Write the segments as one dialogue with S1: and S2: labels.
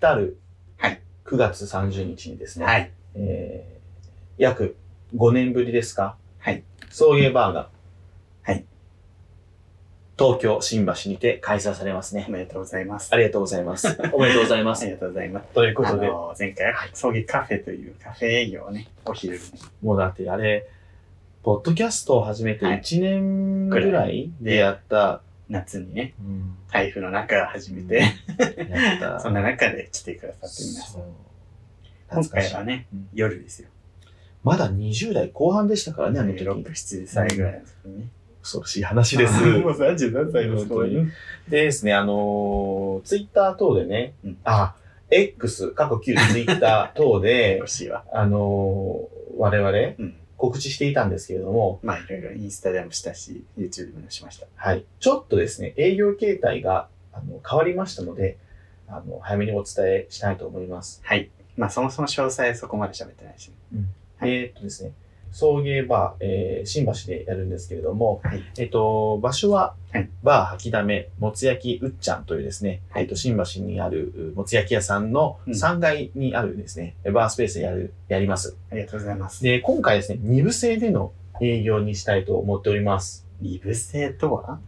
S1: たる
S2: はい
S1: 9月30日にですね、
S2: はい。
S1: えー約5年ぶりですか
S2: はい。
S1: 送迎バーが、
S2: はい。
S1: 東京、新橋にて開催されます
S2: お
S1: ね。
S2: めでとうございます。
S1: あ
S2: あ
S1: りがとうござい ます。おめでとうございま
S2: り
S1: す。
S2: がとうございます。
S1: というこ
S2: あ
S1: とで、
S2: の、前回、葬儀カフェというカフェ営業をね、お昼に
S1: もうだってあれ、ポッドキャストを始めて
S2: はい
S1: 1年ぐらいでやった、
S2: 夏にね、
S1: うん
S2: 台風の中始めて、
S1: やった。
S2: そんな中で来てくださって皆さん。
S1: そう
S2: 今
S1: 懐かしい
S2: 回はね
S1: うん、
S2: 夜ですよ。
S1: まだ20代後半でしたからね、あの時。
S2: 6、7歳ぐらいの時にね。
S1: 恐ろしい話です。
S2: もう37歳の子に。
S1: でですね、あのツイッター Twitter 等でね、
S2: うん
S1: あ、X、過去旧ツイッター等で
S2: よ、しは。
S1: あのー我々
S2: うん。
S1: 告知していたんですけれども、
S2: まあ、いろいろインスタでもしたし、YouTube でもしました。
S1: はい。ちょっとですね、営業形態があの変わりましたので、あの、早めにお伝えしたいと思います。
S2: はい。まあ、そもそも詳細そこまで喋ってないしね。はい
S1: えーっとですね、送迎バー、えー新橋でやるんですけれども、
S2: はい
S1: えっと、場所は、
S2: はい
S1: バー吐きだめ、もつ焼きうっちゃんというですね、
S2: はい
S1: えっと、新橋にあるうもつ焼き屋さんの
S2: うん
S1: 3階にあるですね、バースペースでやる、やります。
S2: ありがとうございます。
S1: で、今回ですね、2部制での営業にしたいと思っております。
S2: 二部制とは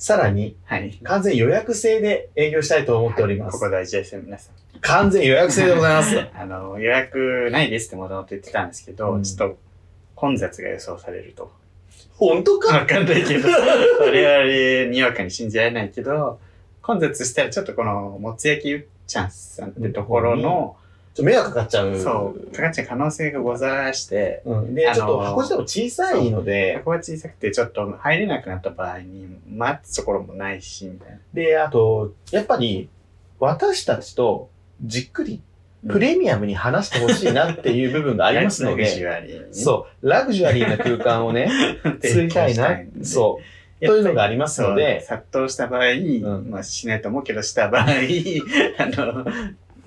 S1: さらに、
S2: はい。
S1: 完全予約制で営業したいと思っておりま
S2: こ
S1: す。
S2: こ大事ですよ、皆さん。
S1: 完全予約制でございます。
S2: あの、予約ないですってもともと言ってたんですけど、
S1: うん
S2: ちょっと混雑が予想されると。
S1: 本当か
S2: わかんないけど、我々にわかに信じられないけど、混雑したらちょっとこの、もつ焼きうっちゃんさんってところの、
S1: ちょ迷惑かかっちゃう。
S2: そう、かかっちゃう可能性がございまして、
S1: うん。で、
S2: あのー
S1: ちょっと箱自体も小さいので、
S2: 箱が小さくてちょっと入れなくなった場合に待つところもないし、みたいな。
S1: で、あと、やっぱり、私たちとじっくりプレミアムに話してほしいなっていう部分があります の
S2: ラグジ
S1: で、
S2: ュアリーに
S1: そう、ラグジュアリーな空間をね、 作りたいな、そう、
S2: う
S1: というのがあります
S2: そう
S1: ので、
S2: 殺到した場合、
S1: ん
S2: まあしないと思うけどした場合、あ の、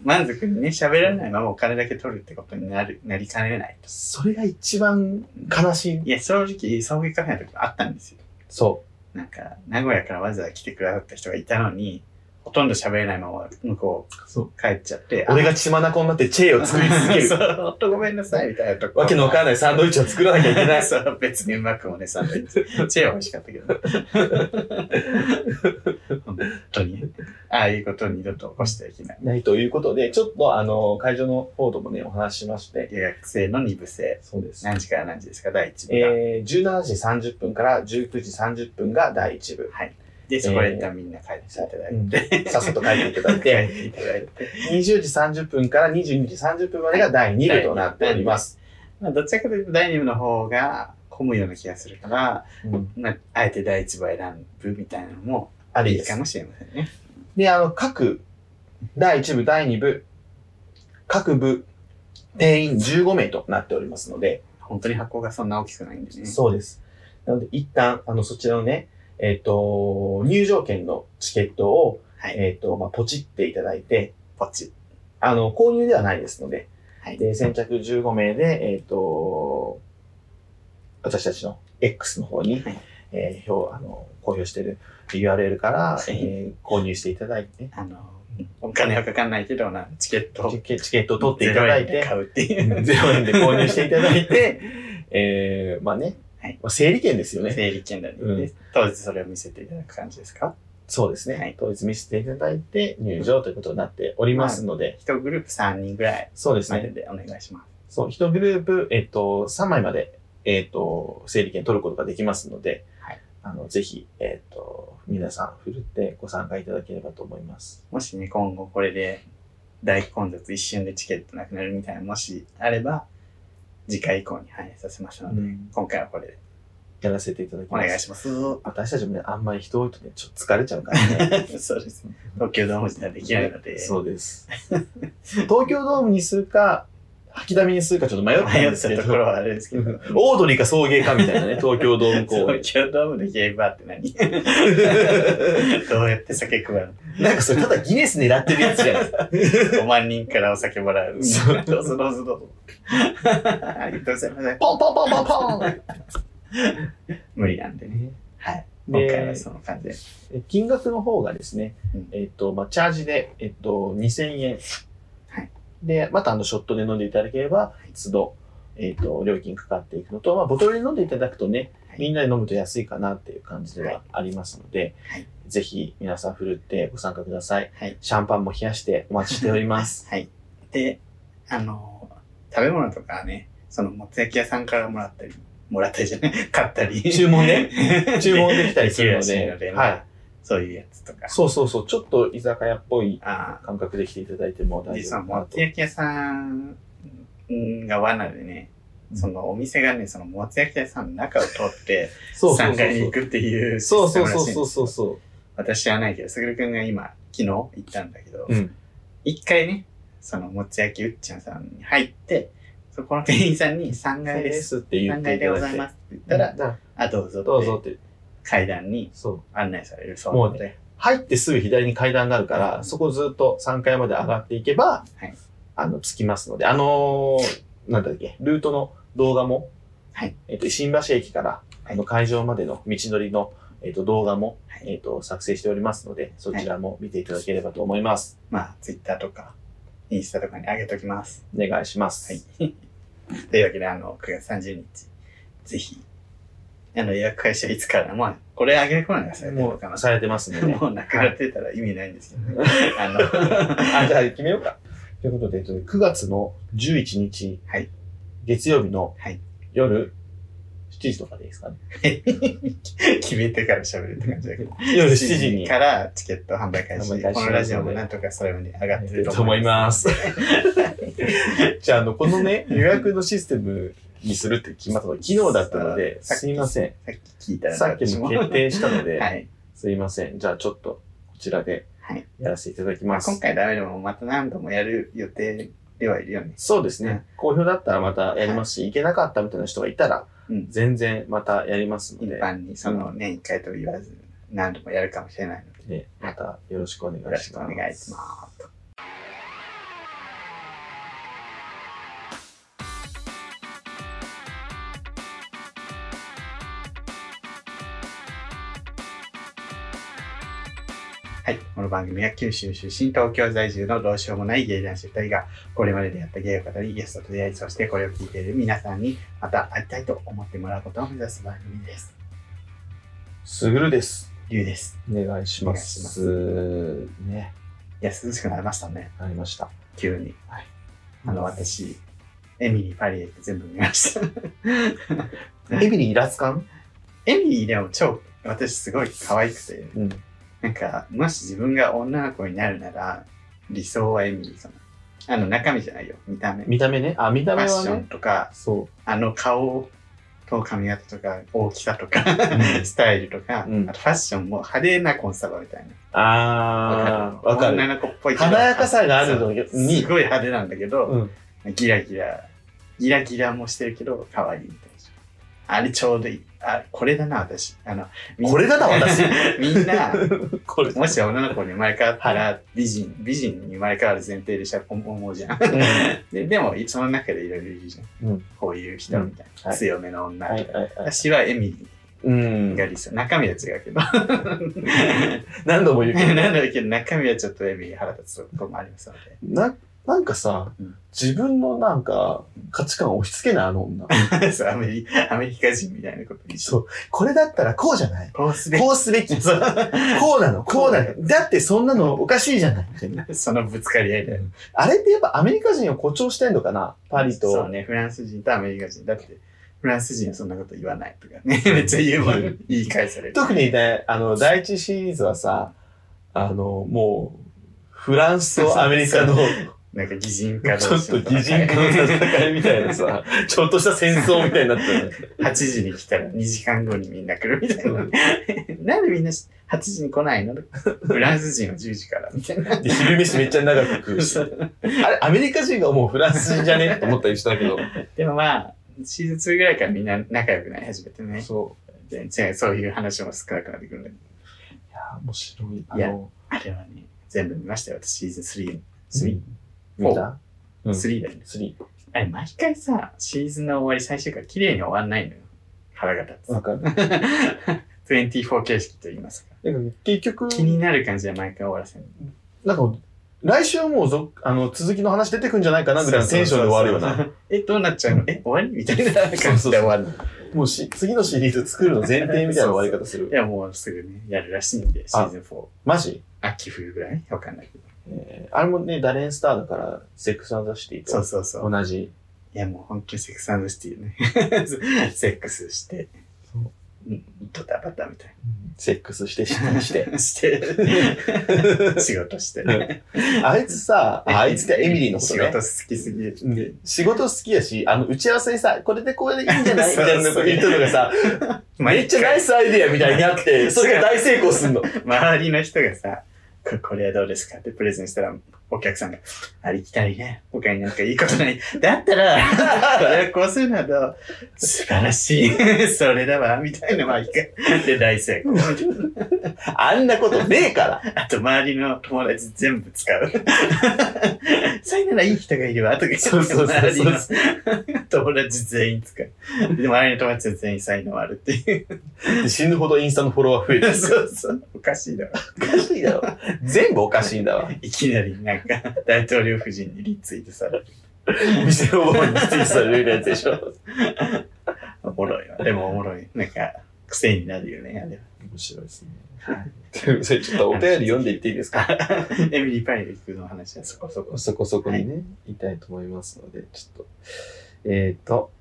S2: 満足にね、喋らないままお金だけ取るってことになる、なりかねないと。
S1: それが一番悲しい。
S2: いや、正直、送迎カフェの時もあったんですよ。
S1: そ
S2: なんか、名古屋からわざわざ来てくださった人がいたのに、ほとんど喋れないまま向こ
S1: う。そう。
S2: う帰っちゃって、
S1: 俺が血眼になってチェイを作り続け
S2: そ
S1: る。
S2: う、ほんとごめんなさい、みたいなとこ。
S1: わけのわからないサンドイッチを作らなきゃいけない。
S2: そう、別にうまくもね、サンドイッチ。チェーは美味しかったけど。本当に。ああいうことを二度と起こしてはいけない。
S1: ないということで、ちょっとあの、会場の方ともね、お話ししまして、
S2: 予約制の二部制。
S1: そうです。
S2: 何時から何時ですか、第一部が。
S1: えー、17時30分から19時30分が第1部。
S2: はい。で、そこで一旦みんな帰っていただいて。
S1: さっさと帰っていただい、
S2: 帰ってていただいて。
S1: 20時30分から22時30分までが第2部となっております。
S2: まあ、どちらかというと第二部の方が混むような気がするから、
S1: うん
S2: まあ、あえて第一部を選ぶみたいなのも
S1: あり
S2: い
S1: で
S2: いか
S1: す。
S2: もしれませんね。
S1: で、あの、各、第1部、第2部、各部、定員15名となっておりますので、
S2: 本当に箱がそんな大きくないんでね。
S1: そうです。なので、一旦、あの、そちらのね、えっ、と、入場券のチケットを、
S2: はい
S1: えっ、と、まあ、ポチっていただいて、
S2: ポチ。
S1: あの、購入ではないですので、
S2: はい
S1: で、先着15名で、えっ、と、私たちの X の方に、
S2: はい
S1: えー表、あの、公表してる URL から、
S2: はい
S1: えー購入していただいて、
S2: あの、お金はかかんないけどな、チケットを
S1: チケチケットを取っていただい
S2: 0円で
S1: て、
S2: 買うっ
S1: 0
S2: て いう。
S1: 円で購入していただいて、えー、まあね、
S2: はい
S1: まあ整理券ですよね。
S2: 整理券だね、
S1: うん
S2: 当日それを見せていただく感じですか
S1: そうですね、
S2: はい
S1: 当日見せていただいて入場ということになっておりますので、
S2: 一グループ3人ぐらい
S1: そうです
S2: ま
S1: ね。
S2: ででお願いします。
S1: そう、一グループ、えっ、と、3枚まで、えっ、と、整理券取ることができますので、
S2: はい
S1: あの、ぜひ、えっ、と、皆さん、ふるってご参加いただければと思います。
S2: もしね、今後これで大混雑一瞬でチケットなくなるみたいなのもしあれば、次回以降に反映させますので、
S1: うん
S2: 今回はこれで
S1: やらせていただき
S2: お
S1: ます。
S2: 願いします。そ
S1: 私たちもね、あんまり人多いとね、ちょっと疲れちゃうから ね。
S2: うですね。東京ドームじゃできないので、
S1: そうです。東京ドームにするか、吐きだめにするかちょっと迷ったん
S2: 迷
S1: で
S2: っ
S1: す
S2: た
S1: け
S2: と
S1: ど、
S2: ころはあれですけど、
S1: オードリーか送迎かみたい なね、東京ドーム公演
S2: 東。京ドームでゲームバーって何 どうやって酒配るの
S1: なんかそれただギネス狙ってるやつじゃないですか。
S2: 5万人からお酒もらう。
S1: そう
S2: どうぞどうぞどうぞ。 ありがとうございます。
S1: ポンポンポンポンポン
S2: 無理なんでね。はい。今回は
S1: で、
S2: その感じで。
S1: え金額の方がですね、
S2: うん
S1: えっ、と、まあ、チャージで、えっ、と、2000円。
S2: はい
S1: で、またあの、ショットで飲んでいただければ、都度、えっ、と、料金かかっていくのと、まあ、ボトルで飲んでいただくとね
S2: は、い
S1: みんなで飲むと安いかなっていう感じではありますので、
S2: はい
S1: ぜひ皆さん振るってご参加ください。
S2: はい
S1: シャンパンも冷やしてお待ちしており ます。
S2: はい。で、あの、食べ物とかはね、そのもつ焼き屋さんからもらったり、もらったりじゃない、 買ったり。
S1: 注文 ね注文できたりするの
S2: できらしい
S1: で、
S2: ので
S1: はい。
S2: そういうやつとか。
S1: そうそうそう、ちょっと居酒屋っぽい
S2: あ
S1: 感覚で来ていただいても
S2: あ、
S1: 大
S2: 実
S1: 丈
S2: は
S1: 夫かな
S2: も
S1: と
S2: つ。焼き屋さんが罠でね、そのお店がね、そのもつ焼き屋さんの中を通って、
S1: そうそう
S2: 3
S1: そう
S2: 階に行くっていうシ
S1: そう
S2: ステ
S1: そう
S2: ムらしいんですよ
S1: そうそうそう。
S2: 私はないけど、すぐるくんが今、昨日行ったんだけど、
S1: うん。
S2: 一回ね、そのもつ焼きうっちゃんさんに入って、そこの店員さんに3階
S1: で
S2: です。
S1: すって言っ
S2: 3
S1: て
S2: 階
S1: いた
S2: で
S1: だ
S2: ご
S1: いて。
S2: ざいますって言ったら、
S1: ら、
S2: あ、どうぞって。
S1: どうぞって。
S2: 階段に
S1: そう。
S2: 案内されるそう
S1: もう
S2: なので、
S1: 入ってすぐ左に階段があるから、そこずっと3階まで上がっていけば、
S2: はい
S1: あの、着きますので、あのーなんだっけ、ルートの動画も、
S2: はい
S1: えっと、新橋駅から、あの、会場までの道のりの、えっと、動画も、
S2: はい
S1: えっと、作成しておりますので、そちらも見ていただければと思います。
S2: まあ、ツイッターとか、インスタとかに上げときます。
S1: お願いします。
S2: はい。というわけで、あの、9月30日、ぜひ、あの、予約開始はいつから、まあ、これ上げる頃にはされてる
S1: も
S2: のかな
S1: う、。されてます ので。
S2: もうなくなってたら意味ないんですけ どね。あの、
S1: あ、じゃあ決めようか。ということで、えっと9月の11日、
S2: はい
S1: 月曜日の
S2: はい
S1: 夜7時とかでいいですかね。
S2: 決めてから喋るって感じだけど。
S1: 夜7時に。
S2: からチケット販売開
S1: 販売
S2: 始。
S1: 開始
S2: このラジオもなんとかそれに上がってる。
S1: と思います じゃあ、あの、このね、予約のシステムにするって決まったの、昨日だったので、
S2: さっき
S1: すいません。
S2: さっき聞いたら、
S1: さっきも決定したので、
S2: はい。
S1: すいません。じゃあ、ちょっと、こちらで
S2: はい。
S1: やらせていただき
S2: ま
S1: ま
S2: あ、
S1: す。
S2: 今回ダメでもまた何度もやる予定ではいるよね。
S1: そうです
S2: うん
S1: ね。好評だったらまたやりますし、行けなかったみたいな人がいたら
S2: うん、
S1: 全然またやりますの
S2: 一
S1: で、
S2: 般にその年一回と言わず何度もやるかもしれないので、
S1: ね、またよろしくお願いし
S2: よ
S1: ま
S2: ろし
S1: す。
S2: くお願いします。はい。この番組は九州出身、東京在住のどうしようもない芸男子2人が、これまででやった芸を語り、ゲストと出会い、そしてこれを聞いている皆さんに、また会いたいと思ってもらうことを目指す番組です。
S1: すぐるです。
S2: りゅうです。
S1: お願いします。ね、
S2: いや、涼しくなりましたね。
S1: なりました。
S2: 急に。
S1: はい
S2: あの、私、エミリー・パリエって全部見ました。
S1: エビリーイラつかん
S2: エミリーでも超、私すごい可愛くて、
S1: うん。
S2: なんか、もし自分が女の子になるなら、理想はエミリーかな。あの、中身じゃないよ、見た目。フ
S1: 見た目ね。あ、見た
S2: ァ
S1: 目
S2: ッ
S1: は
S2: ション
S1: ね。
S2: とか、
S1: そ
S2: あの顔と髪型とか、大きさとか、
S1: ん
S2: スタイルとか、
S1: うん
S2: あとファッションも派手なコンサバみたいな。
S1: う。あー、わか
S2: 女
S1: る。
S2: の子っぽいけど。
S1: 華やかさがあるのに、
S2: そうすごい派手なんだけど、
S1: うん。
S2: ギラギラ、ギラギラもしてるけど、可愛いみたいな。あれちょうどいい。あ、これだな、私。あの、みんな
S1: これだな 私。
S2: みんな、
S1: これ。
S2: もし女の子に生まれ変わったら、美人、美人に生まれ変わる前提でしょ、思うじ ゃん。
S1: うん
S2: で、でも、その中でいろいろいるじゃん。
S1: うん。
S2: こういう人みたいな。
S1: はい
S2: 強めの女と
S1: は
S2: か。
S1: いはいはい。
S2: 私はエミリ
S1: う
S2: ー
S1: ん
S2: が。理想。中身は違うけど。
S1: 何度も言うけど。
S2: なんだけど、中身はちょっとエミリー腹立つこともありますので。
S1: な、なんかさ
S2: うん、
S1: 自分のなんか価値観を押し付けない、あの女。
S2: そうアメリアメリカ人みたいなことにして。
S1: そう。これだったらこうじゃない
S2: こうすべき
S1: こうすべき。こうなの、こうなの。だってそんなのおかしいじゃない。みたいな
S2: そのぶつかり合いだよね。
S1: あれってやっぱアメリカ人を誇張してんのかなパリ
S2: そう
S1: と。
S2: ね、フランス人とアメリカ人。だって、フランス人はそんなこと言わないとかね。 めっちゃ言うもん。言い返される。
S1: 特にね、あの、第一シリーズはさ、あの、もう、フランスとアメリカの、
S2: なんか擬人化
S1: ちょ
S2: 同
S1: っ
S2: 士
S1: と
S2: の
S1: 擬人化の 戦いみたいな さ、ちょっとした戦争みたいになってる。
S2: 8時に来たら2時間後にみんな来るみたいな。なんでみんな8時に来ないのフランス人は10時からみたいな。
S1: で昼飯めっちゃ長く食うし。
S2: そう
S1: あれ、アメリカ人がもうフランス人じゃねって思ったりしたけど。
S2: でもまあ、シーズン2ぐらいからみんな仲良くなり始めてね。
S1: そ
S2: 全然そういう話も少なくなってくるんだけど。
S1: う。いやー、面白い。あ
S2: いや
S1: の、
S2: あれはね、全部見ましたよ、私、シーズン3。3?
S1: うん見たうん
S2: 3だよね。
S1: スリ
S2: あれ、毎回さ、シーズンの終わり最終回綺麗に終わんないのよ。腹が立
S1: ー。わ
S2: つ。
S1: かる。
S2: だ24形式と言いますか。
S1: なんか結局、
S2: 気になる感じで毎回終わらせる。
S1: なんか、来週はもうぞあの続きの話出てくんじゃないかなぐらいのテンションで終わるような。
S2: な。 え、どうなっちゃうのえ、終わりみたいな感じで終わる。
S1: もうし、次のシリーズ作るの前提みたいな終わり方す
S2: い
S1: る。
S2: や、もうすぐね、やるらしいんで、シーズン4。
S1: マジ
S2: 秋冬ぐらいわかんないけど。
S1: えーあれもね、ダレンスターだから、セックスアンドザシティ
S2: そう
S1: と
S2: そうそう。
S1: 同じ。
S2: いや、もう本当にセックスシティね。 セックスして、
S1: そう
S2: うんドタバタみたい
S1: セックスして、して、して。
S2: な。して、仕事してね。
S1: あいつ さ、ああいつってエミリーのこと
S2: 仕
S1: ね
S2: 事。好きすぎる。
S1: うん仕事好きやし、あの、打ち合わせでさ、これでこれでいいんじゃない み
S2: そう
S1: たいなこと言ったのがさ、めっちゃナイスアイディアみたいになって、それが大成功す んの。
S2: 周りの人がさ、ここれはどうですかってプレゼンしたら、お客さんが、ありきたりね、他になんかいいことない。だったら、これはこうするなど、素晴らしい。それだわ、みたいな、まあ、いいかで、大成功。
S1: あんなことねえから。
S2: あと、周りの友達全部使う。それならいい人がいるわ、とか言って
S1: そうそう そうそう
S2: 周りの友達全員使う。で、周りの友達は全員才能あるっていう。
S1: で死ぬほどインスタのフォロワー増えてる。
S2: そうそう。おかしいだろ。
S1: おかしいだろ。全部おかしいんだわ。
S2: いきなりなんか、大統領夫人にリツイートされる。
S1: 店の方にリツイートされるやつでしょ。
S2: おもろいわ。でもおもろい。なんか、癖になるよね、あれは。
S1: 面白いですね。ということでちょっとお便り読んでいっていいですか
S2: エミリー・パイルクの話はそこそこ。
S1: そこそこにね、い、たいと思いますので、ちょっと。えっ、ー、と、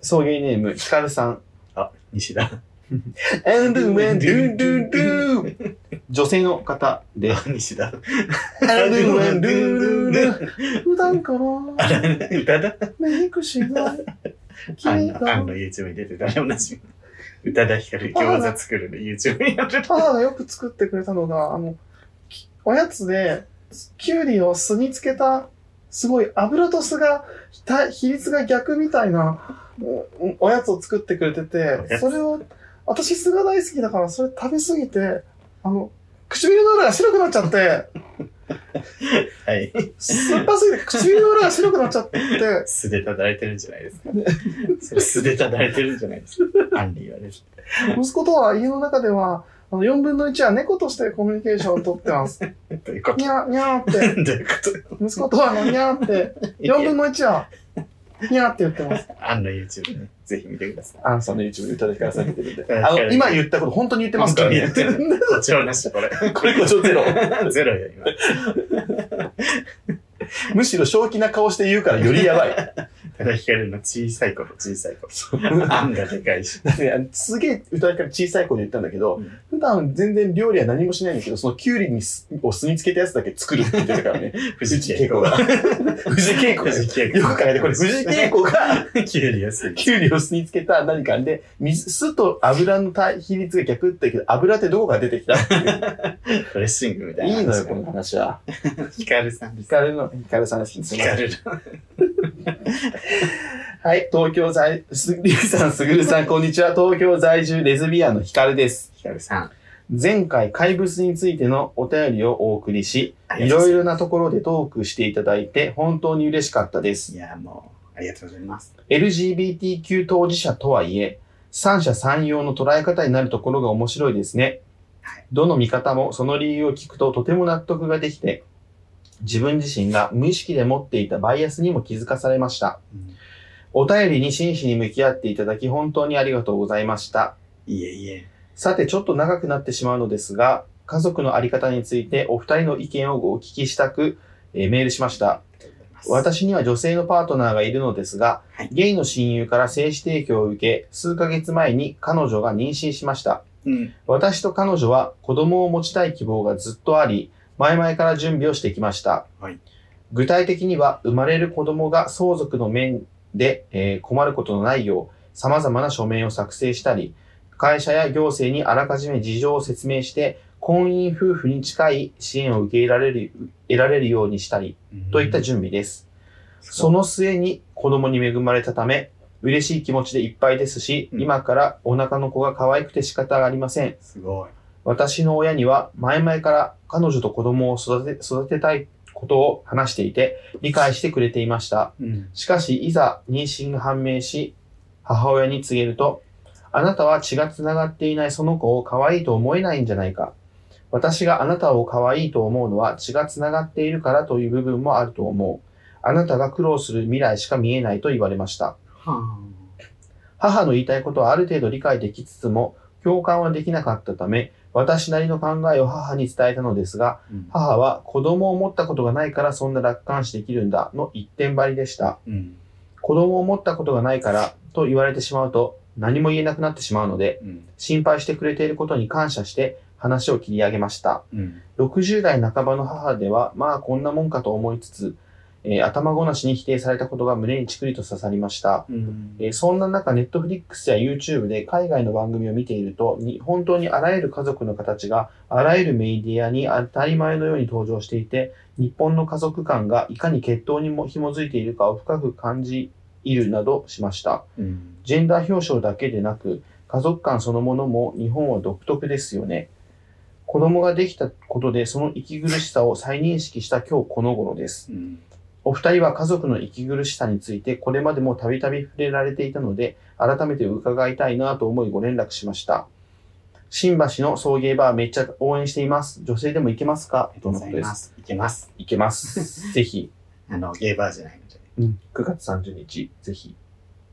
S1: 送迎ネーム、ヒカルさん。
S2: あ、西田。
S1: And when do do do 女性の方で。
S2: 西田。
S1: And when do do do 普段から
S2: あら、歌だ。
S1: メイクしない。
S2: あ
S1: 君
S2: の、あの
S1: が
S2: YouTube に出てたね、おなじみの。宇多田ヒカル餃子作るの YouTube にやってた。
S1: 母がよく作ってくれたのが、あの、きおやつで、きゅうりを酢につけた、すごい油と酢が、ひた比率が逆みたいなおおやつを作ってくれて
S2: おや
S1: て、
S2: つ
S1: それを、私酢が大好きだから、それ食べ過ぎて、あの、唇の裏が白くなっちゃって、
S2: はい。
S1: 酸っぱすぎて唇の裏が白くなっちゃって、
S2: 素でただれてるんじゃないですか。それ素でただれてるんじゃないですか。アンリ言われる。
S1: 息子とは家の中では、あの、4分の1は猫としてコミュニケーションをとってます。
S2: どういうこと
S1: にゃー、にゃーっ
S2: どう
S1: て、
S2: いうこ
S1: 息子とはあの、にゃーって、4分の1は、にゃーって言ってます。
S2: とアンの YouTube ね、ぜひ見てください。
S1: アンさんの YouTube 歌で聞かされてるんで
S2: うん
S1: あの、今言ったこと本当に言ってますからね
S2: 本。当に言こちらなし、こ れ。
S1: これこそゼロ。
S2: ゼロよ、今。
S1: むしろ正気な顔して言うからよりやばい。
S2: ただヒカルの小さい頃、小さい頃。
S1: あ
S2: あんがでかいし。
S1: だってあの すげえ歌いから小さい子で言ったんだけど、
S2: うん
S1: 普段全然料理は何もしないんだけど、そのキュウリにすを酢につけたやつだけ作るって言ってたからね。
S2: 藤木恵子
S1: が。
S2: が。
S1: 藤井恵子が。
S2: 藤木恵子
S1: よく考えて、これ藤井恵子 が、
S2: キュウリ安い。
S1: キュウリを酢につけた何かで、水、酢と油の対比率が逆って言うけど、油ってどこから出てきたっていう
S2: ドレッシングみたいな。
S1: いいのよ、この話は。
S2: ヒカルさんで
S1: ヒ
S2: す。
S1: カルの、ヒカルさんです。す
S2: ヒ
S1: みませ
S2: カ
S1: ん
S2: ルの。
S1: はい、東京在、すリクさん、すぐるさん、こんにちは。東京在住レズビアンのヒカルです。
S2: ヒカルさん。
S1: 前回、怪物についてのお便りをお送りし、いろいろなところでトークしていただいて、本当に嬉しかったです
S2: い。や、もう、ありがとうございます。
S1: LGBTQ 当事者とはいえ、三者三様の捉え方になるところが面白いですね。どの見方もその理由を聞くととても納得ができて、自分自身が無意識で持っていたバイアスにも気づかされました。
S2: うん
S1: お便りに真摯に向き合っていただき本当にありがとうございました。
S2: いえいえ。
S1: さてちょっと長くなってしまうのですが、家族のあり方についてお二人の意見をお聞きしたく、えーメールしました。私には女性のパートナーがいるのですが、
S2: はい
S1: ゲイの親友から精子提供を受け、数ヶ月前に彼女が妊娠しました。
S2: うん。
S1: 私と彼女は子供を持ちたい希望がずっとあり、前々から準備をしてきました。
S2: はい
S1: 具体的には、生まれる子供が相続の面で、えー困ることのないよう、様々な書面を作成したり、会社や行政にあらかじめ事情を説明して、婚姻夫婦に近い支援を受け入れられる、得られるようにしたり、といった準備です。そ
S2: の、
S1: の末に子供に恵まれたため、嬉しい気持ちでいっぱいですし、
S2: うん
S1: 今からお腹の子が可愛くて仕方がありません。
S2: すごい。
S1: 私の親には前々から彼女と子供を育て、育てたいことを話していて、理解してくれていました。
S2: うん。
S1: しかし、いざ妊娠が判明し、母親に告げると、あなたは血がつながっていないその子を可愛いと思えないんじゃないか。私があなたを可愛いと思うのは血がつながっているからという部分もあると思う。あなたが苦労する未来しか見えないと言われました。
S2: は
S1: 母の言いたいことはある程度理解できつつも、共感はできなかったため、私なりの考えを母に伝えたのですが、
S2: あ。
S1: 母は子供を持ったことがないからそんな楽観視できるんだの一点張りでした。
S2: うん。
S1: 子供を持ったことがないからと言われてしまうと何も言えなくなってしまうので、
S2: うん。
S1: 心配してくれていることに感謝して話を切り上げました。
S2: うん。
S1: 60代半ばの母では、まあこんなもんかと思いつつ、えー頭ごなしに否定されたことが胸にチクリと刺さりました。
S2: うん
S1: えーそんな中、ネットフリックスや YouTube で海外の番組を見ていると、に本当にあらゆる家族の形があらゆるメディアに当たり前のように登場していて、日本の家族観がいかに血統にも紐づいているかを深く感じいるなどしました。
S2: うん。
S1: ジェンダー表彰だけでなく、家族観そのものも日本は独特ですよね。子供ができたことでその息苦しさを再認識した今日この頃です。
S2: うん。
S1: お二人は家族の息苦しさについてこれまでもたびたび触れられていたので、改めて伺いたいなと思いご連絡しました。新橋の送迎バーめっちゃ応援しています。女性でも行けますか
S2: ありがと
S1: と
S2: う
S1: の
S2: ご
S1: こ
S2: ざ
S1: と
S2: い
S1: で。
S2: ますす。いけます。
S1: 行け ます。ぜひ、
S2: あの、ゲーバーじゃないので。
S1: うん、9月30日、ぜひ、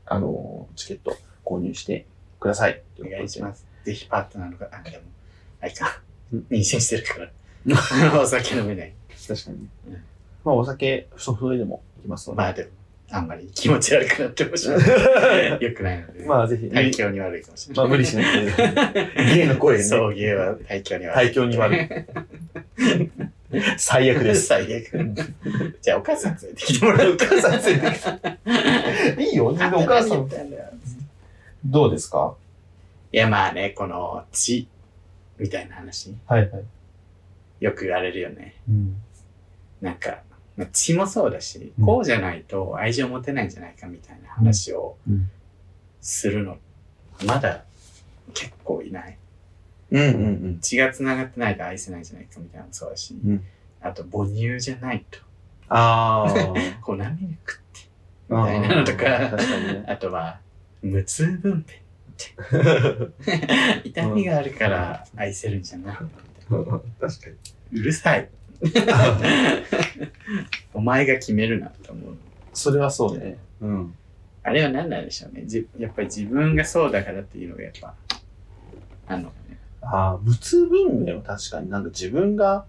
S1: あのーチケット購入してください。
S2: お願いし
S1: す。
S2: ます。ぜひパートナーの方、あ、でも、あいか
S1: うん。
S2: 妊娠してるから
S1: うん。
S2: あのお酒飲めない。
S1: 確かにね
S2: うん。
S1: まあ、お酒、ソフトでも行きますので。
S2: まあでも、あんまり気持ち悪くなってほしく ない。よくないので。
S1: まあ、ぜひ、
S2: 体調に悪いかもしれな
S1: まあ、
S2: い。
S1: 無理しない で。芸の声ね。
S2: そう、芸は体調に悪い。
S1: 体調に悪い。最悪です。
S2: 最悪。じゃあ、お母さん連れてきてもらうか。
S1: 母さん連れてきたいいよ、全然お母さん。
S2: い
S1: どうですか
S2: や、まあね、この血みたいな話、
S1: はいはい。
S2: よく言われるよね。
S1: うん。
S2: なんか、まあ血もそうだし、
S1: うん
S2: こうじゃないと愛情持てないんじゃないかみたいな話を
S1: うん
S2: するの、まだ結構いない。
S1: うんうん
S2: 血が繋がってないと愛せないんじゃないかみたいなのもそうだし、
S1: うん
S2: あと母乳じゃないと、
S1: ああ。
S2: 粉ミルクって、みたいなのと
S1: 確
S2: か
S1: かにね。
S2: あとは、無痛分娩。痛みがあるから愛せるんじゃないみたいな。
S1: 確かに。
S2: うるさい。お前が決めるなと思う。
S1: それはそうね。うん。
S2: あれは何なんでしょうね。じやっぱり自分がそうだからっていうのがやっぱ、あの、
S1: ああ、無痛分娩は確かになんか自分が、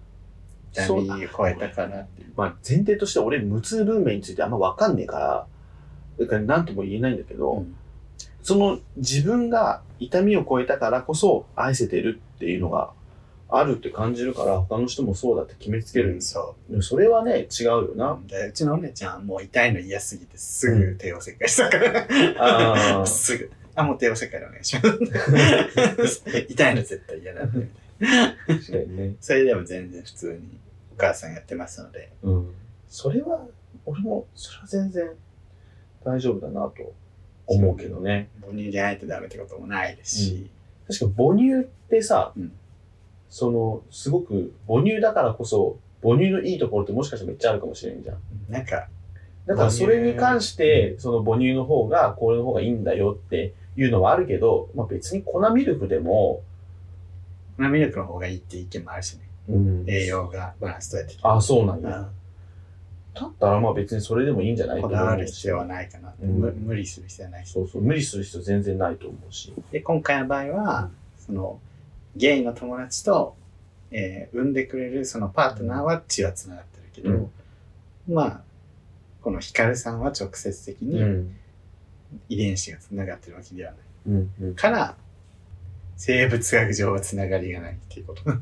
S2: 痛みを超えたからっていう。
S1: まあ前提として俺無痛分娩についてあんまわかんねえから、だから何とも言えないんだけど、
S2: うん
S1: その自分が痛みを超えたからこそ愛せてるっていうのがあるって感じるから他の人もそうだって決めつけるんです
S2: そ
S1: でもそれはね違うよ
S2: う
S1: な。
S2: でうちのお姉ちゃんはもう痛いの嫌すぎてすぐ帝王切開したから。
S1: あー
S2: すぐ。あ、もう帝王切開でお願いします。 痛いの絶対嫌なんでみたいな。
S1: 確かにね。
S2: それでも全然普通にお母さんやってますので。
S1: うん。それは、俺も、それは全然大丈夫だなと思うけどね。
S2: 母乳じゃないとダメってこともないですし、
S1: 確か母乳ってさ、
S2: うん
S1: その、すごく母乳だからこそ、母乳のいいところってもしかしたらめっちゃあるかもしれんじゃん。
S2: なんか、
S1: だからそれに関して、その母乳の方が、これの方がいいんだよっていうのはあるけど、まあ別に粉ミルクでも、
S2: 粉ミルクの方がいいって意見もあるしね。栄養がバランス取れてて
S1: あ、そうなんだ。
S2: う
S1: だったらまあ別にそれでもいいんじゃない
S2: ん
S1: と
S2: こ
S1: 思うし
S2: だわる必要はないかなって、
S1: うん
S2: む無理する必要はないし。
S1: そうそう、無理する必要全然ないと思うし。
S2: で、今回の場合は、その、ゲイの友達と、えー産んでくれるそのパートナーは血は繋がってるけど、まあ、このヒカルさんは直接的
S1: う
S2: に
S1: ん。
S2: 遺伝子が繋がってるわけではない。
S1: うん。うん
S2: から、生物学上は繋がりがないっていうこと。
S1: あ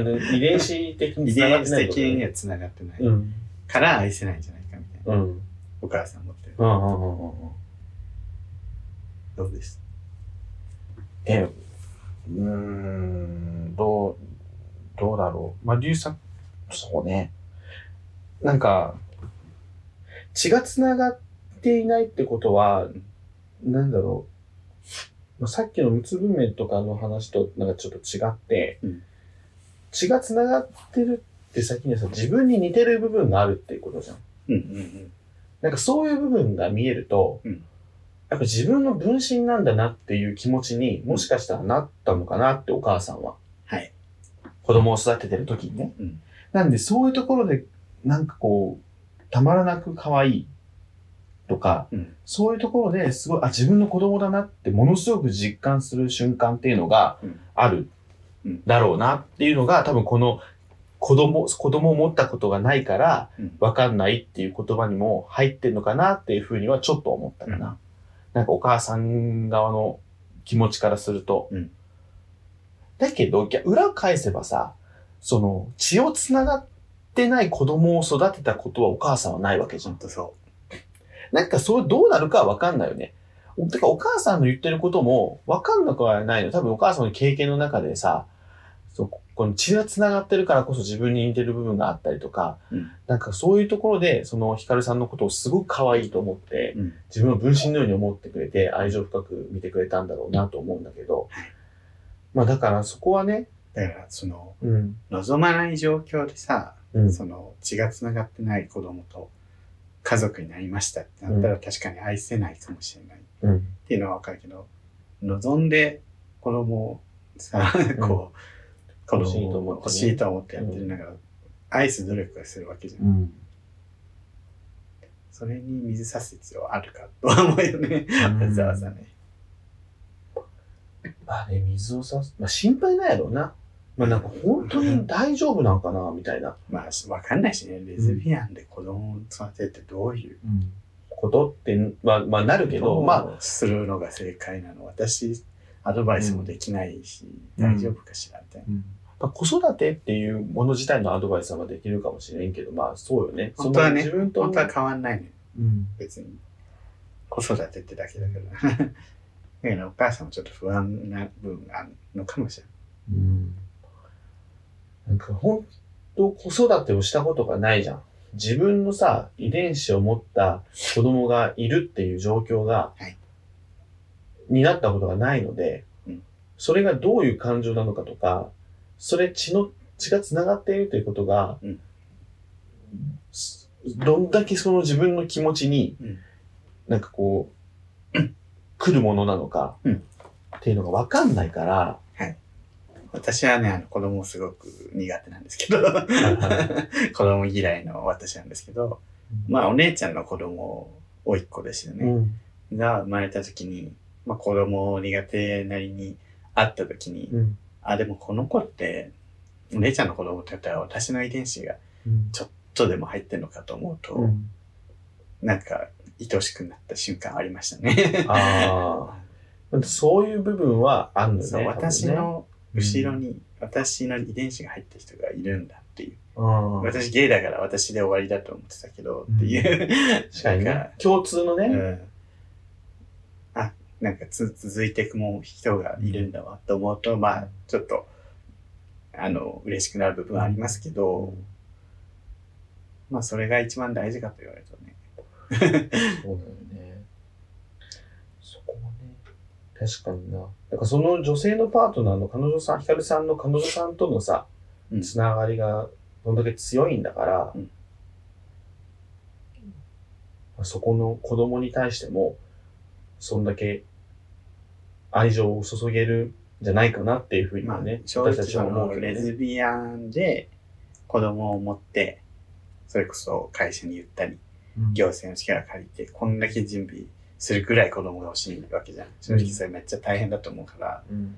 S1: の遺伝子的に
S2: 遺
S1: 繋がって
S2: 伝子
S1: ないって
S2: 的
S1: こと
S2: に
S1: ね
S2: は繋がってない。
S1: うん。
S2: から愛せないんじゃないかみたいな。
S1: うん。うん。
S2: お母さん持ってる。
S1: うんうんうんうん。
S2: どうです
S1: え、うーん、どう、どうだろう。まあ、竜作、そうね。なんか、血が繋がっていないってことは、なんだろう。まあさっきの無つ文明とかの話となんかちょっと違って、
S2: うん
S1: 血が繋がってるって先にはさ、自分に似てる部分があるっていうことじゃん。
S2: うんうん
S1: なんかそういう部分が見えると、
S2: うん
S1: やっぱ自分の分身なんだなっていう気持ちにもしかしたらなったのかなってお母さんは。
S2: はい。
S1: 子供を育ててる時にね。
S2: うん
S1: なんでそういうところでなんかこう、たまらなく可愛いとか、
S2: うん
S1: そういうところですごい、あ、自分の子供だなってものすごく実感する瞬間っていうのが
S2: うん
S1: ある
S2: うん
S1: だろうなっていうのが多分この子供、子供を持ったことがないから、
S2: うん
S1: わかんないっていう言葉にも入ってんのかなっていうふうにはちょっと思ったかな。なんかお母さん側の気持ちからすると。
S2: うん
S1: だけど、逆裏返せばさ、その血をつながってない子供を育てたことはお母さんはないわけじゃ
S2: ほ
S1: ん
S2: ん。とそ
S1: なんかそうどうなるかはわかんないよね。てかお母さんの言ってることもわかんなくはないの。多分お母さんの経験の中でさ、そうこの血が繋がってるからこそ自分に似てる部分があったりとか、
S2: うん
S1: なんかそういうところで、そのヒカルさんのことをすごく可愛いと思って、
S2: う。うん。
S1: 自分の分身のように思ってくれて、愛情深く見てくれたんだろうなと思うんだけど、まあだからそこはね、
S2: だから、その、
S1: うん。
S2: 望まない状況でさ、
S1: うん。
S2: その血がつながってない子供と家族になりましたってなったら確かに愛せないかもしれないっ
S1: うん。
S2: ていうのはわかるけど望んで子供をさ、
S1: ん
S2: こう子
S1: 欲しいと
S2: 供
S1: 思
S2: を
S1: ってね
S2: 欲しいと思ってやってるんだから、愛す努力をするわけじゃん、
S1: うん。
S2: それに水差す必要あるかとは思うよね、わざわざね
S1: まあね、水をさす。まあ心配ないやろうな。まあなんか本当に大丈夫なんかな、みたいな。
S2: まあわかんないしねレズビアンで子供を育てるってどういう
S1: ことって、まあ、まあなるけど、まあ、
S2: まあするのが正解なの私アドバイスもできないし、
S1: うん
S2: 大丈夫かしらみたいな。
S1: まあ子育てっていうもの自体のアドバイスはできるかもしれんけど、まあそうよね。
S2: 本当はね
S1: その自分と、
S2: 本当は変わんないね
S1: うん
S2: 別に子育てってだけだから だからお母さんもちょっと不安な部分があるのかもしれない
S1: うんなんか本当子育てをしたことがないじゃん。自分のさ、遺伝子を持った子供がいるっていう状況が、
S2: はい
S1: になったことがないので、
S2: うん
S1: それがどういう感情なのかとか、それ血の、血が繋がっているということが、
S2: うん
S1: すどんだけその自分の気持ちに、
S2: うん
S1: なんかこ う、来るものなのか、
S2: うん
S1: っていうのがわかんないから、
S2: 私はねあの子供すごく苦手なんですけど 子供嫌いの私なんですけどまあお姉ちゃんの子供甥いっ子ですよ
S1: う
S2: ね、
S1: ん
S2: が生まれた時に、まあ、子供苦手なりに会った時に、
S1: うん
S2: あでもこの子ってお姉ちゃんの子供って言ったら私の遺伝子がちょ
S1: うん
S2: っとでも入ってるのかと思うと、
S1: うん
S2: なんか愛しくなった瞬間ありましたね。
S1: ああ。そういう部分はあるんだ
S2: そ
S1: よ
S2: う
S1: ね。
S2: 私の後ろに私の遺伝子が入った人がいるんだっていう、
S1: 多分ね。うん
S2: 私ゲイだから私で終わりだと思ってたけどっていう、
S1: 確かに
S2: なん
S1: ね。共通の
S2: う
S1: ね。
S2: ん、あなんかつ続いていくも人がいるんだわと思うと、まあちょっとあの嬉しくなる部分はありますけど、まあそれが一番大事かと言われるとね
S1: そうだよね。そこはね。確かにな。だからその女性のパートナーの彼女さん、ヒカルさんの彼女さんとのさ
S2: う、ん
S1: つながりがどんだけ強いんだから
S2: うん、
S1: そこの子供に対しても、そんだけ愛情を注げるんじゃないかなっていうふうに
S2: ま
S1: は
S2: あ
S1: ね
S2: ね、、正
S1: 私
S2: 直
S1: たちは
S2: そ
S1: 思う
S2: の
S1: けどね
S2: レズビアンで子供を持って、それこそ会社に言ったり、行政の力を借りて、こんだけ準備するぐらい子供が欲しいわけじゃん。正直それめっちゃ大変だと思うから、
S1: うん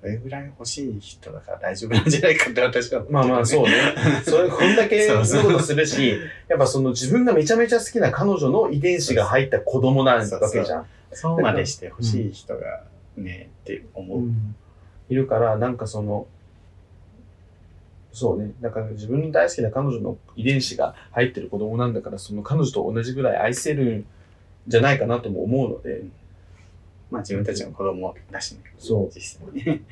S2: それぐらい欲しい人だから大丈夫なんじゃないかって私は思うけどね、
S1: まあまあそうね。それこんだけ
S2: そう
S1: そ
S2: そう
S1: いう
S2: う
S1: ことするし、やっぱその自分がめちゃめちゃ好きな彼女の遺伝子が入った子供なわけじゃん。
S2: そうまでして欲しい人がね、って思う。
S1: いるから、なんかその、そうね。だから自分の大好きな彼女の遺伝子が入ってる子供なんだから、その彼女と同じぐらい愛せるんじゃないかなとも思うので、
S2: まあ自分たちの子供だしね、
S1: そう。
S2: 実際ね。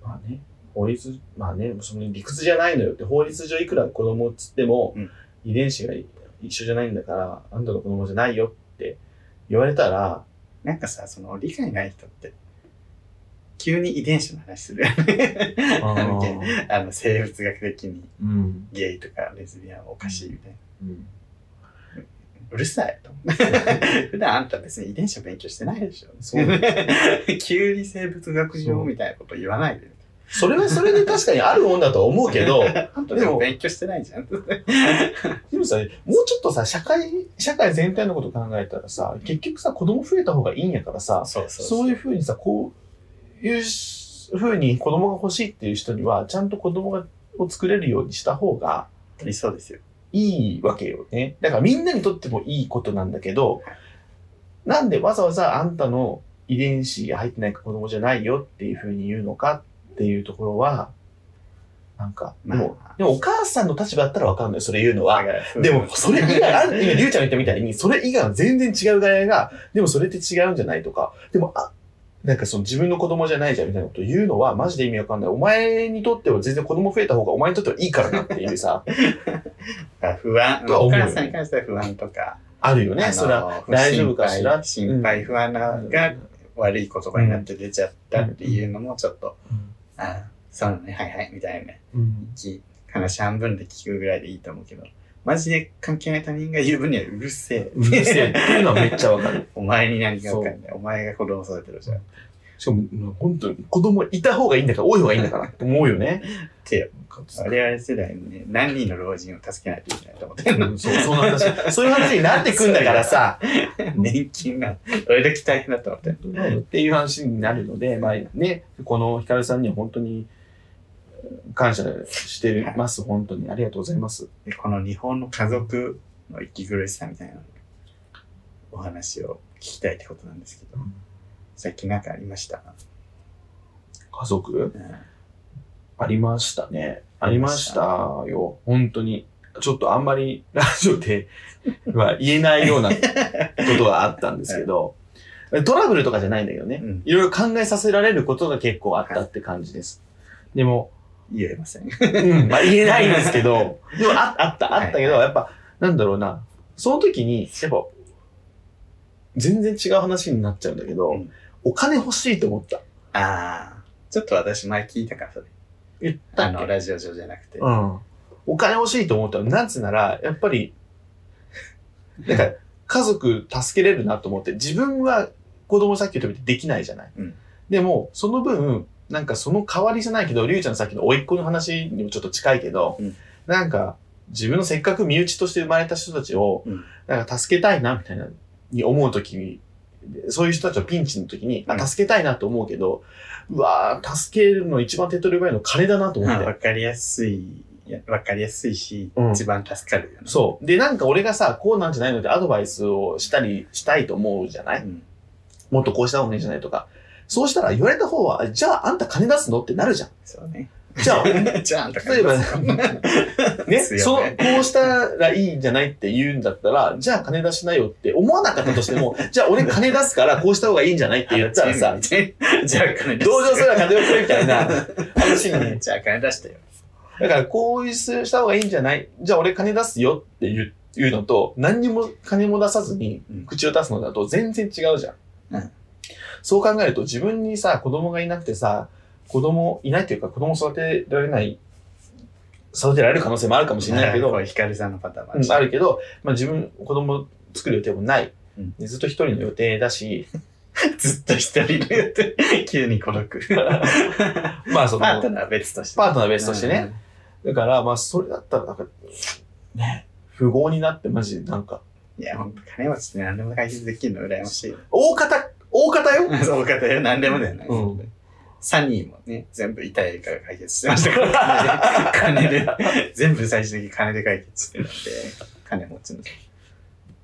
S1: まあね、法律、まあね、その理屈じゃないのよって、法律上いくら子供っつっても、
S2: うん
S1: 遺伝子が一緒じゃないんだから、あんたの子供じゃないよって言われたら、
S2: なんかさ、その理解ない人って、急に遺伝子の話するよね。 あの生物学的に
S1: うん、
S2: ゲイとかレズビアンはおかしいみたい
S1: うん。
S2: うるさいと。 普段あんた別に遺伝子を勉強してないでしょ。
S1: そう
S2: 急に生物学上みたいなこと言わないで。
S1: それはそれで確かにあるもんだとは思うけ ど、
S2: あんた
S1: で
S2: で
S1: も
S2: も勉強してないじゃん。
S1: でもさ、もうちょっとさ、社会、社会全体のこと考えたらさ、結局さ、子供増えた方がいいんやからさ、
S2: そうそう
S1: そういうふうにさ、こういうふうに子供が欲しいっていう人には、ちゃんと子供がを作れるようにした方が
S2: 本当にそうですよ。
S1: いいわけよね。だからみんなにとってもいいことなんだけど、なんでわざわざあんたの遺伝子が入ってないから子供じゃないよっていうふうに言うのかっていうところは、なんか、でも、
S2: まあ
S1: でもお母さんの立場だったらわかんない、それ言うのは。
S2: だから
S1: でも、それ以外、ある今、りゅうちゃんが言ったみたいに、それ以外は全然違うガヤが、でもそれって違うんじゃないとか、でも、あ、なんかその自分の子供じゃないじゃんみたいなこと言うのは、マジで意味わかんない。お前にとっては全然子供増えた方がお前にとってはいいからなっていうさ、
S2: だから不安、
S1: とは
S2: お
S1: 思うよ
S2: 母さんに関しては不安とか、
S1: あるよ
S2: あ
S1: ね、
S2: の
S1: それは。大丈夫かしら
S2: 心配、心配不安なが悪い言葉になって出ちゃったっていうのもちょっと、あそうなのね、はいはい、みたいな。
S1: うん
S2: き話半分で聞くぐらいでいいと思うけど、マジで関係ない他人が言う分にはうるせえ。
S1: うるせえっていうのはめっちゃわかる。
S2: お前に何がわかんない。お前が子供育てろじゃん。っ
S1: しかも、もう本当に子供いた方がいいんだから、多い方がいいんだからって思うよね。
S2: て、我々世代のね、何人の老人を助けないといけないと思ってる
S1: う
S2: の。
S1: んそう、そんな話。そういう話になってくんだからさ。
S2: 年金がどれだけ大変だと思ってる。
S1: っていう話になるので、まあね、このヒカルさんには本当に感謝してます。本当にありがとうございます。
S2: でこの日本の家族の息苦しさみたいなお話を聞きたいってことなんですけど、さっき何かありました、
S1: 家族
S2: うん
S1: ありましたね。ありましたよ。本当に。ちょっとあんまりラジオでは言えないようなことがあったんですけど、トラブルとかじゃないんだけどね。
S2: うん
S1: いろいろ考えさせられることが結構あったって感じです。でも、
S2: 言えません。
S1: うん、まあ言えないんです けど、でもああった、あったけど、やっぱ、なんだろうな、その時に、やっぱ、全然違う話になっちゃうんだけど、
S2: うん
S1: お金欲しいと思った。
S2: ああ、ちょっと私前聞いたからそれ。
S1: 言った
S2: あ
S1: っ
S2: の、
S1: け
S2: ラジオ上じゃなくて。
S1: うん。お金欲しいと思ったの。なんつうなら、やっぱり、なんか、家族助けれるなと思って、自分は子供さっき言ったみたいにできないじゃない。
S2: うん
S1: でも、その分、なんかその代わりじゃないけど、りゅうちゃんのさっきの甥っ子の話にもちょっと近いけど、
S2: うん
S1: なんか、自分のせっかく身内として生まれた人たちを、
S2: うん
S1: なんか助けたいな、みたいな、に思うときに、そういう人たちをピンチの時に、
S2: うん
S1: あ、助けたいなと思うけど、うわぁ、助けるの一番手っ取り早いの金だなと思って。
S2: わかりやすい、いやわかりやすいし、
S1: うん
S2: 一番助かるよね。
S1: そう。で、なんか俺がさ、こうなんじゃないのってアドバイスをしたりしたいと思うじゃない
S2: ん。
S1: もっとこうした方がいいんじゃないとか。そうしたら言われた方は、じゃああんた金出すのってなるじゃん。
S2: そ うね。
S1: じ ゃあ、ね、
S2: じゃあ、あんた
S1: 例えば
S2: です
S1: そ
S2: よ
S1: の、
S2: ね
S1: こうしたらいいんじゃないって言うんだったら、じゃあ金出しなよって思わなかったと しても、じゃあ俺金出すからこうした方がいいんじゃないって言ったらさ、
S2: じゃあ、金出して
S1: 同情すれば金をくれみたいな話に
S2: じゃあ、金出してよ。
S1: だから、こうした方がいいんじゃないじゃあ、俺金出すよっていういうのと、何にも金も出さずに
S2: うん
S1: 口を出すのだと全然違うじゃん。
S2: うん
S1: そう考えると、自分にさ、子供がいなくてさ、子供いないというか、子供育てられない、育てられる可能性もあるかもしれないけど、
S2: ヒカルさんのパターンも
S1: うんあるけど、まあ、自分、子供作る予定もない。
S2: うん
S1: でずっと一人の予定だし、
S2: ずっと一人でやって、 急に孤 独。
S1: まあその、
S2: パートナーは別として。
S1: パートナーは別としてね。だから、まあ、それだったら、なんか、ね、不合になって、マジで、なんか、
S2: うん。いや、ほんと、金持ちって何でも解決できるの羨ましいよ。
S1: 大方、大方よ。
S2: そうかよ、何でもだよね。
S1: うん
S2: サニーもね、全部痛い映画が解決してましたから、金で、全部最終的に金で解決してるんで、金持ちの。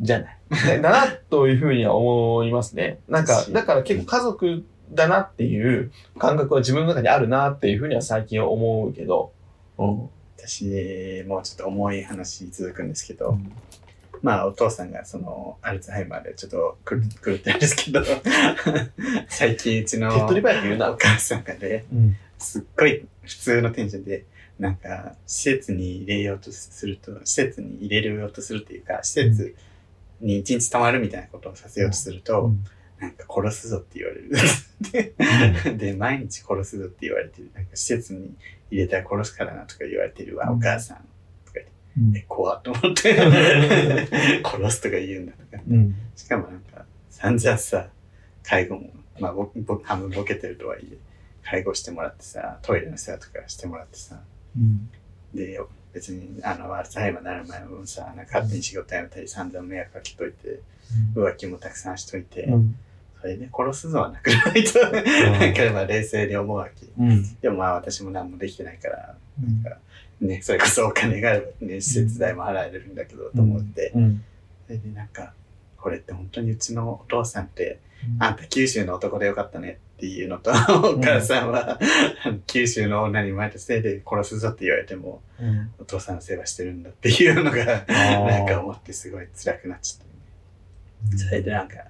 S1: じゃない。だな、というふうには思いますね。なんか
S2: う、ん
S1: だから結構家族だなっていう感覚は自分の中にあるなっていうふうには最近思うけど。うん。
S2: 私、もうちょっと重い話続くんですけど、まあ、お父さんがその、アルツハイマーでちょっと狂狂ってるんですけど、 最近うちの
S1: 手っ取り
S2: お
S1: 早く言うな。
S2: 母さんがね、
S1: うん。
S2: すっごい普通のテンションで、なんか、施設に入れようとすると、施設に入れようとするっていうか、施設に一日泊まるみたいなことをさせようとすると、
S1: うん
S2: なんか殺すぞって言われる。 で、毎日殺すぞって言われてる。なんか施設に入れたら殺すからなとか言われてるわ、
S1: うん
S2: お母さんとか言って。
S1: うん
S2: え、怖っと思 って。殺すとか言うんだとか。
S1: うん。
S2: しかもなんか、散々さ、介護も、まあ僕、僕、半分ボケてるとはいえ、介護してもらってさ、トイレの世話とかしてもらってさ、
S1: うん。
S2: で、別に、あの、アルツハイマーになる前もさ、なんか勝手に仕事辞めたり散々迷惑かけといて、浮気もたくさんしといて、
S1: うん。
S2: それで殺すぞはなくないと、なんかまあ冷静に思うわけ。
S1: うん。
S2: でもまあ私も何もできてないから、ね、それこそお金があればね、施設代も払えるんだけど、と思って、
S1: うん。
S2: それでなんか、これって本当にうちのお父さんって、あんた九州の男でよかったねっていうのと、お母さんは、九州の女に生まれたせいで殺すぞって言われても、
S1: うん。
S2: お父さんの世話してるんだっていうのが、なんか思ってすごい辛くなっちゃった。それでなんか、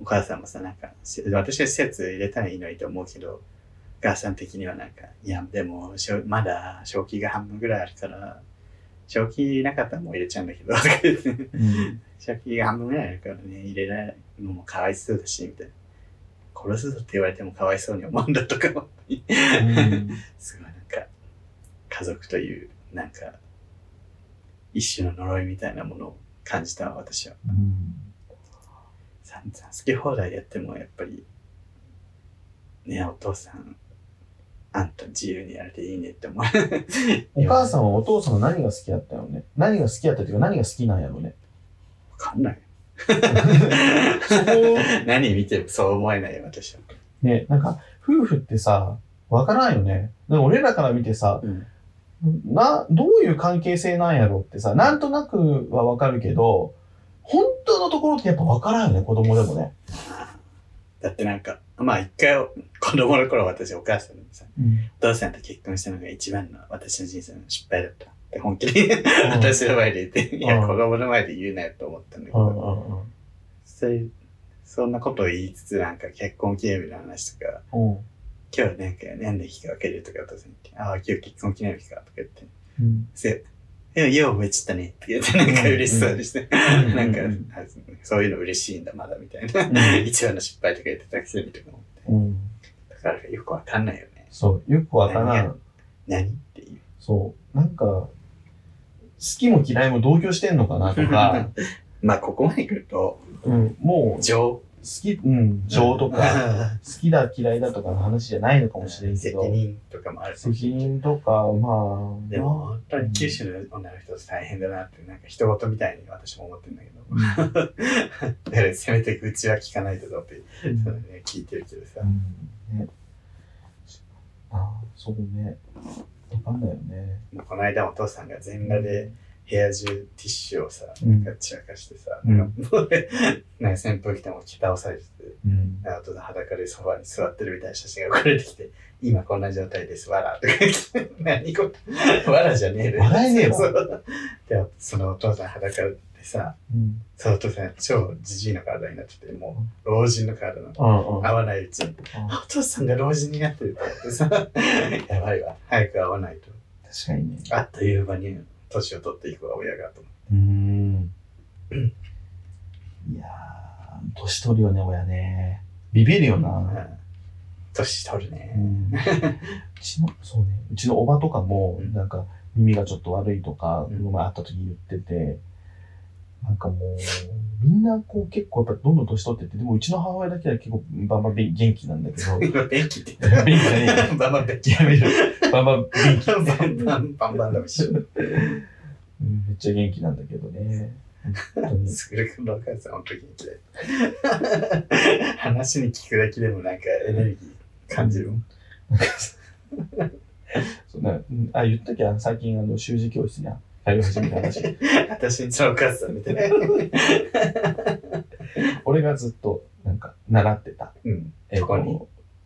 S2: お母さんもさ、なんか、し私は施設入れたらいいのにと思うけど、お母さん的にはなんか、いや、でも、しょまだ正気が半分ぐらいあるから、正気なかったらもう入れちゃうんだけど、とか言って
S1: うん。
S2: 正気が半分ぐらいあるからね、入れないのもかわいそうだし、みたいな。殺すぞって言われてもかわいそうに思うんだとか思ってすごいなんか、家族という、なんか、一種の呪いみたいなものを感じたわ私は。散々好き放題やってもやっぱりねお父さんあんた自由にやれていいねって思う
S1: お母さんはお父さんの何が好きだったよね何が好きだったっていうか何が好きなんやろうね。
S2: わかんない
S1: そこ
S2: 何見てもそう思えないよ私は、
S1: ね、なんか、夫婦ってさ、わからんよね。でも俺らから見てさ、
S2: うん
S1: な、どういう関係性なんやろってさ、なんとなくはわかるけど、本当のところってやっぱわからんよね、子供でもね。
S2: だってなんかまあ一回子供の頃私お母さんにさ
S1: うん。
S2: お父さんと結婚したのが一番の私の人生の失敗だったって本気で私の前で言って、いや
S1: うん
S2: 子供の前で言うなよと思ったんだけ
S1: う
S2: ど、
S1: んうんうん
S2: そういうそんなことを言いつつなんか結婚記念日の話とか
S1: うん
S2: 今日なんか何の日か分けるとかお父さんに言って、ああ、今日結婚記念日かとか言って、
S1: うん。
S2: せ、え、よう覚えちゃったねって言って、なんか嬉しそうにして、
S1: うん
S2: なんか、
S1: うん
S2: あそういうの嬉しいんだ、まだみたいな。
S1: ん
S2: 一番の失敗とか言ってたくせにとか思って。
S1: うん。
S2: だからよくわかんないよね。
S1: そう、よくわからん。
S2: 何っていう。
S1: そう。なんか、好きも嫌いも同居してんのかなと か、
S2: まあ、ここまで来ると、
S1: うん、もう、好
S2: 情。
S1: き、うん、情とか、
S2: か、
S1: 好きだ嫌いだとかの話じゃないのかもしれんけ
S2: 責
S1: ど、
S2: 任とかもあるし
S1: 責任とか、まあ、
S2: でも、本当に九州の女の人って大変だなって、なんか人事みたいに私も思ってるんだけど。 だから、せめて愚痴は聞かないとどうっていう
S1: うん
S2: そうね、聞いてるけどさ
S1: う。んね、ああ、そうね。わかんないよね。
S2: もうこの間お父さんが全裸で部屋中ティッシュをさ、
S1: うん
S2: なんか散らかしてさ、
S1: うん
S2: なんかもうね、なんか扇風機でも着倒されてて、
S1: うん。
S2: あと裸でソファに座ってるみたいな写真が送られてきて、今こんな状態です、わらとか言って、 何これ、わらじゃねえで。
S1: 笑えねえわ
S2: そうで、そのお父さん裸でさ、
S1: うん。
S2: そのお父さん超じじいの体になってて、もう老人の体なの。
S1: うんうん。
S2: 合わないうちに、
S1: 確
S2: お父さんが老人になってるって言ってさ、 やばいわ、早く会わないと。
S1: かにね。
S2: あっという間に年を取っていくわ親がと思っ
S1: う
S2: て
S1: ん。いやー、年取るよね、親ね。ビビるよな。
S2: うん年取る
S1: う
S2: ね。
S1: ん。うちの、そうね。うちのおばとかも
S2: う、ん
S1: なんか、耳がちょっと悪いとか、
S2: うん
S1: この前会った時に言ってて、なんかもう、みんなこう結構やっぱどんどん年取ってって、でもうちの母親だけは結構バンバン元気なんだけど、
S2: 今、便器って言った。
S1: 便器じゃねえよ
S2: バンバン便器。
S1: やめろ。バンバン元気。
S2: バンバンバンバンバンだし。
S1: うんめっちゃ元気なんだけどね。本当に
S2: すぐるくんのお母さん、本当に嫌い。話に聞くだけでもなんかエネルギー感じるもん。
S1: そうなうんあ、言ったっけあ最近、あの、習字教室に通い始めた話。
S2: 私んちのお母さんみたいな。
S1: 俺がずっと、なんか、習ってた。
S2: うん。
S1: えっと
S2: ここに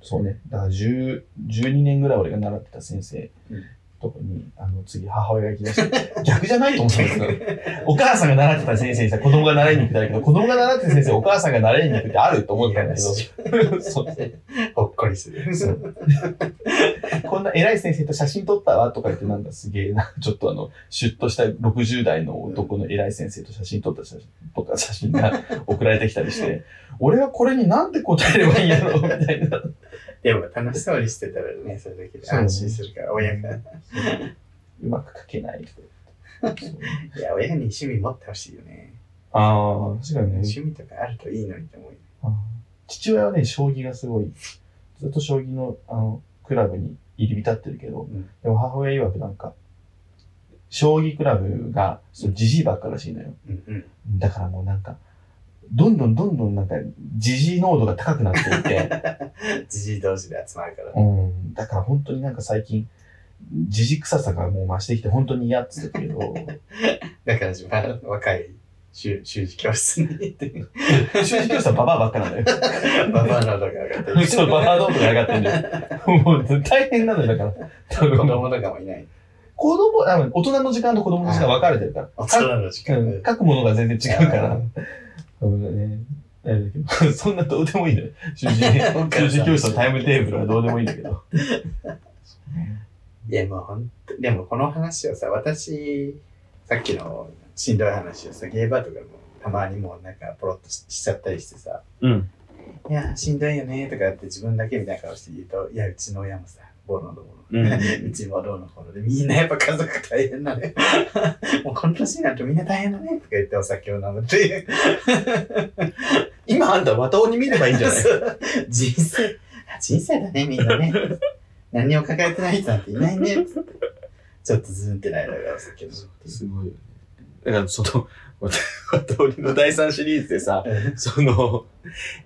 S1: そうね。だから10、12年ぐらい俺が習ってた先生
S2: うん。
S1: とこに、あの、次、母親が来だして、逆じゃないと思ったんですけど、お母さんが習ってた先生にさ、子供が習いに行くだけど、子供が習ってた先生、お母さんが習いに行くってあると思ったんだけ
S2: いい
S1: ど、そう
S2: ほっこりする。
S1: そう こんな偉い先生と写真撮ったわとか言って、なんかすげえな、 ちょっとあの、シュッとした60代の男の偉い先生と写真撮った写真とか写真が送られてきたりして、俺はこれになんて答えればいいんやろうみたいな。
S2: でも楽しそうに してたらね、それだけで安心するから、親が。
S1: うまく書けないとか
S2: いや、親に趣味持ってほしいよね。
S1: ああ、確かにね。
S2: 趣味とかあるといいのにって思うよ。
S1: あ父親はね、将棋がすごい、ずっと将棋のあのクラブに入り浸ってるけど、
S2: うん
S1: でも母親曰くなんか、将棋クラブが、そのジジイばっからしいのよ。
S2: うんうん。
S1: だからもうなんか、どんどんどんどんなんか、ジジイ濃度が高くなってい て、
S2: じじい同士で集まるから。
S1: うん、だから本当になんか最近、ジジイ臭さがもう増してきて本当に嫌って言ってたけ ど、
S2: だから自分は若い習習字教室に行って、
S1: 正直さ、ババアばっかなんだ よ。
S2: ババアの動画上がってる。
S1: そう、ババア道具が上がってんだよ。もう大変なのよ、だから。多
S2: 子
S1: 分
S2: 供とかもいない。
S1: 子供、あの大人の時間と子供の時間分かれてるから。
S2: 大人の時
S1: 書く
S2: 間
S1: 書くものが全然違うから。
S2: うん
S1: 多分ね。あれだけどそんなどうでもいいのよ。習 字、習字教室のタイムテーブルはどうでもいいんだけど。
S2: いや、もう本当でもこの話をさ、私、さっきのしんどい話をさ、ゲーバーとかでもたまにもうなんかポロッとししちゃったりしてさ、
S1: うん。
S2: いや、しんどいよねとかって自分だけみたいな顔して言うと、いや、うちの親もさ、ボロのどもの。
S1: うん。
S2: うちもどうのこうので、みんなやっぱ家族大変なね。 もうこの年になるとみんな大変だねとか言ってお酒を飲むっていう。
S1: 今あんた、綿鬼見ればいいんじゃ ない
S2: 人生、人生だね、みんな ね。何にも抱えてない人なんていないね。つってちょっとズンってないながらお酒飲むっていう。
S1: すごいよね。だから、その、綿綿鬼の第3シリーズでさ、その、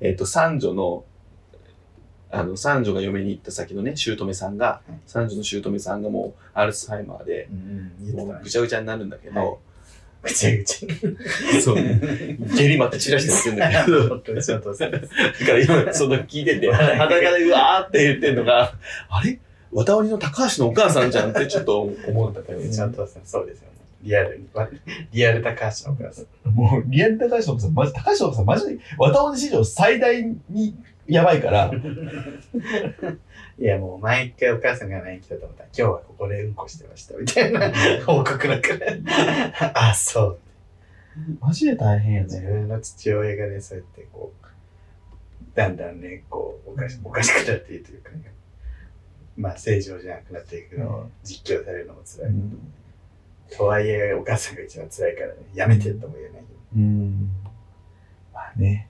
S1: えっ、と、三女の、あの、三女が嫁に行った先のね、姑さんが
S2: はい、
S1: 三女の姑さんがもう、アルツハイマーで、
S2: うんう
S1: も
S2: ん、言ってた
S1: う
S2: ね
S1: ぐちゃぐちゃになるんだけど、
S2: ぐちゃぐち
S1: そう、
S2: ゃ。
S1: ゲリまって散らしてするんだけ ど、
S2: 本当にちょっとさ
S1: だから今、その聞いてて、裸でうわーって言ってんのが、あれ渡りの高橋のお母さんじゃんってちょっと思ったからね。
S2: ちゃんとさ、そうですよね。リアルに。リアル高橋のお母さん。
S1: もう、リアル高橋のお母さん、マジ、高橋のお母さん、マジで、渡り史上最大にやばいから、
S2: いやもう毎回お母さんが LINE 来たと思ったら、今日はここでうんこしてましたみたいな報告だから。あ、そう。
S1: マジで大変や
S2: 自。分の父親がね、そうやってこう、だんだんね、こう、おかしおかしくなっているというかね、まあ正常じゃなくなっていくのを実況されるのも辛い。とはいえ、お母さんが一番辛いからね、やめてとも言えないけど。
S1: うん。まあね。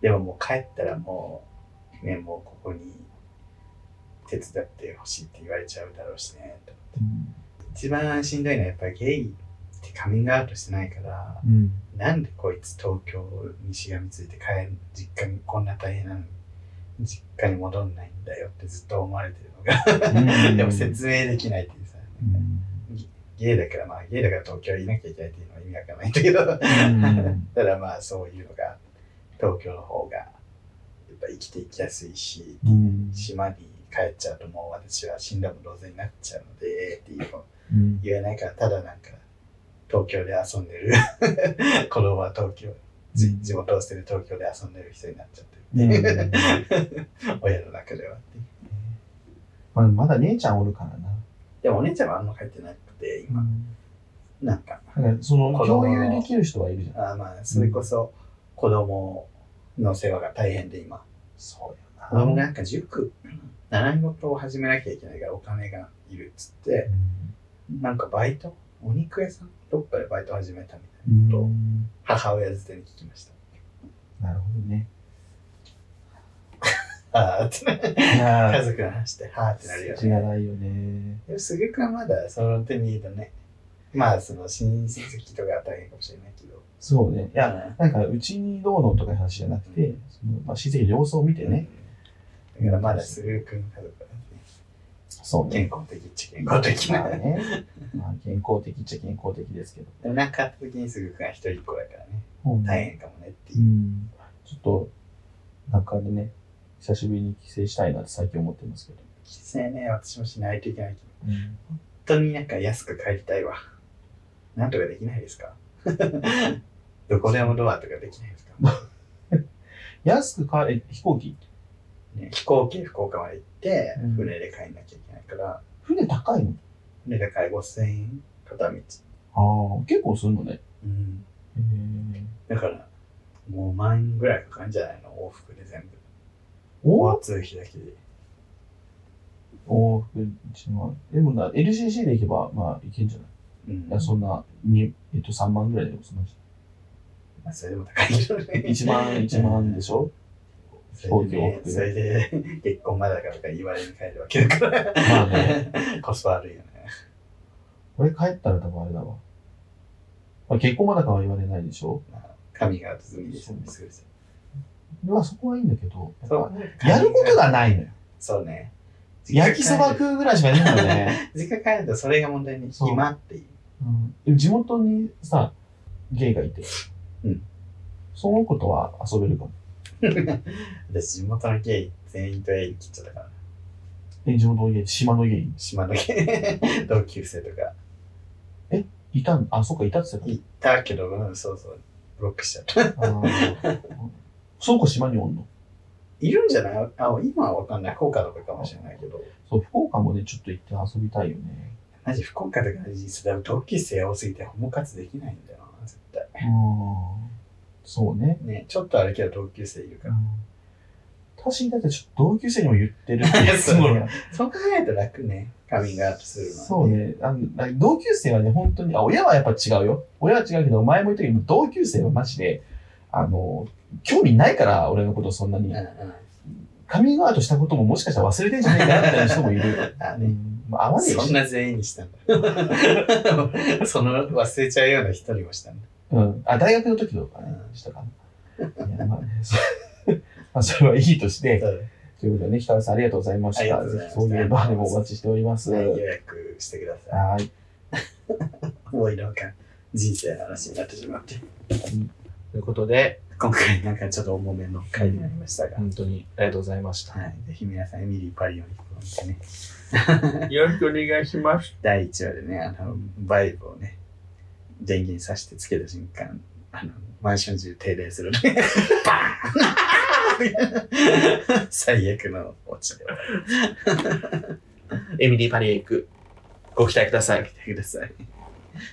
S2: でももう帰ったらもう、ね、もうここに手伝ってほしいって言われちゃうだろうしね、と。一番しんどいのはやっぱりゲイってカミングアウトしてないから
S1: うん。
S2: なんでこいつ東京にしがみついて帰ん実家にこんな大変なのに実家に戻んないんだよってずっと思われてるのがでも説明できないっていうさゲイだからまあゲイだから東京にいなきゃいけないっていうのは意味わかんないんだけどただまあそういうのが東京の方がやっぱ生きていきやすいし
S1: うん。
S2: 島に帰っちゃうともう私は死んだも同然になっちゃうのでっていうの
S1: うん。
S2: 言えないからただなんか東京で遊んでる 子供は東京じ地元を捨てて東京で遊んでる人になっちゃって
S1: ね
S2: る親の中ではっていう
S1: まあまだ姉ちゃんおるからな。
S2: でもお姉ちゃんはあんま帰ってなくて今なんか
S1: だからその
S2: 子供
S1: 共
S2: の
S1: 有できる人はいるじゃん。
S2: あーまあそれこそ子供の世話が大変で今
S1: そう
S2: 子供がなんか塾習い事を始めなきゃいけないからお金がいるっつってなんかバイトお肉屋さんどっかでバイト始めたみた
S1: う
S2: い
S1: ん
S2: と母親づてに聞きました
S1: なるほどね。
S2: ああってね
S1: いや
S2: 家
S1: ー
S2: 族の話してはあってなるよね
S1: 筋がないよね。
S2: でも、すぐくんはまだその手にいるね。まあ、その親戚とかは大変かもしれないけど。
S1: そうね。いや、
S2: や、
S1: なんかうちにどうのとかいう話じゃなく
S2: う
S1: て
S2: ん、
S1: そのまあ、親戚の様子を見てね。。
S2: だから、まだすぐくんの家族はね、
S1: そう
S2: 健
S1: ね。
S2: 康的っちゃ健康的
S1: まあ
S2: な。
S1: ね。まあ健康的っちゃ健康的ですけど。
S2: でも、なんかあった時にすぐくんは一人っ子だからね、大変かもねっていうう。
S1: ん。ちょっと、なんかでね、久しぶりに帰省したいなって最近思ってますけど。
S2: 帰省ね、私もしないといけないけど、本当になんか安く帰りたいわ。なんとかできないですか どこでもドアとかできないですか、
S1: 安く帰れ、飛行機
S2: ね、飛行機で福岡まで行って
S1: うん、
S2: 船で帰んなきゃいけないから、
S1: 船高いの
S2: 船で帰り5000円片道。
S1: ああ、結構するのね。
S2: うん
S1: へえ。
S2: だから、5万円ぐらいかかるんじゃないの往復で全部。
S1: お
S2: 交通費だけで。
S1: 往復1万。でもな、LCC で行けば、まあ、行けんじゃない
S2: うん
S1: いやそんな、にえっと、3万ぐらいだよ、その人
S2: まあそれでも高いけどね。
S1: 1万、1万でしょ
S2: それでね、それで結婚までだからとか言われに帰るわけだから。
S1: まあね、
S2: コスパ悪いよね。
S1: これ帰ったら多分あれだわ。まあ、結婚まだかは言われないでしょ
S2: 神が包みですね。
S1: まあそこはいいんだけど、やっ
S2: そ
S1: ぱ
S2: うね
S1: やることがないのよ。
S2: そうね。
S1: 焼きそば食うぐらいしかないのよね。
S2: 実家帰るとそれが問題に
S1: そう
S2: 暇っていう。
S1: うんでも地元にさ、ゲイがいて。
S2: うん。
S1: その子とは遊べるかも。
S2: 私、地元のゲイ全員とエイ切っちゃったから。
S1: え、地元のゲイ、島のゲイ
S2: 島のゲイ、 同級生とか。
S1: いたん、あ、そっか、いたって言って
S2: いたけど、うん、そうそう。ブロックしちゃった。
S1: た。あー そうか、島におんの。
S2: いるんじゃないあ、今はわかんない。福岡とかかもしれないけど。
S1: そう、福岡もね、ちょっと行って遊びたいよね。
S2: マジ福岡とか実際同級生が多すぎてホモ活できないんだよな、絶対。
S1: うん。そうね。
S2: ね、ちょっとあるけど同級生いるから。
S1: 私にだってちょっと同級生にも言ってるっていう
S2: そう
S1: のが
S2: そう考えると楽ね、カミングアウトするのは、
S1: そう。ねあのなんか同級生はね本当にあ親はやっぱ違うよ親は違うけど前も言ったけど同級生はマジであの興味ないから俺のことそんな
S2: う
S1: に
S2: んう
S1: カミングアウトしたことももしかしたら忘れてんじゃないかなみたいな人もいる、
S2: ん。 あ
S1: う
S2: ね、
S1: んまあ、合わねえ
S2: そん
S1: し、
S2: な全員にしたんだ。 その忘れちゃうような人にもしたんだ。
S1: うん、あ大学の時とかね
S2: うん
S1: したから、いやまあねそう まあそれはいいとしてということでね北川さんありがとうございま
S2: あ
S1: し
S2: りが
S1: た
S2: とうございました
S1: そういう場でもお待ちしております
S2: はい
S1: は
S2: 予約してください。
S1: い
S2: もういろんな人生の話になってしまって。
S1: ということで、
S2: 今回なんかちょっと重めの回になりましたが。
S1: 本当にありがとうございました。
S2: はい、ぜひ皆さん、エミリー・パリオに行ね、
S1: よろしくお願いします。
S2: 第1話でね、あの、バイブをね、電源さしてつけた瞬間、あの、マンション中停電するね。バーン 最悪のオチで終わ
S1: エミリー・パリへ行く。ご期待ください。
S2: ってください。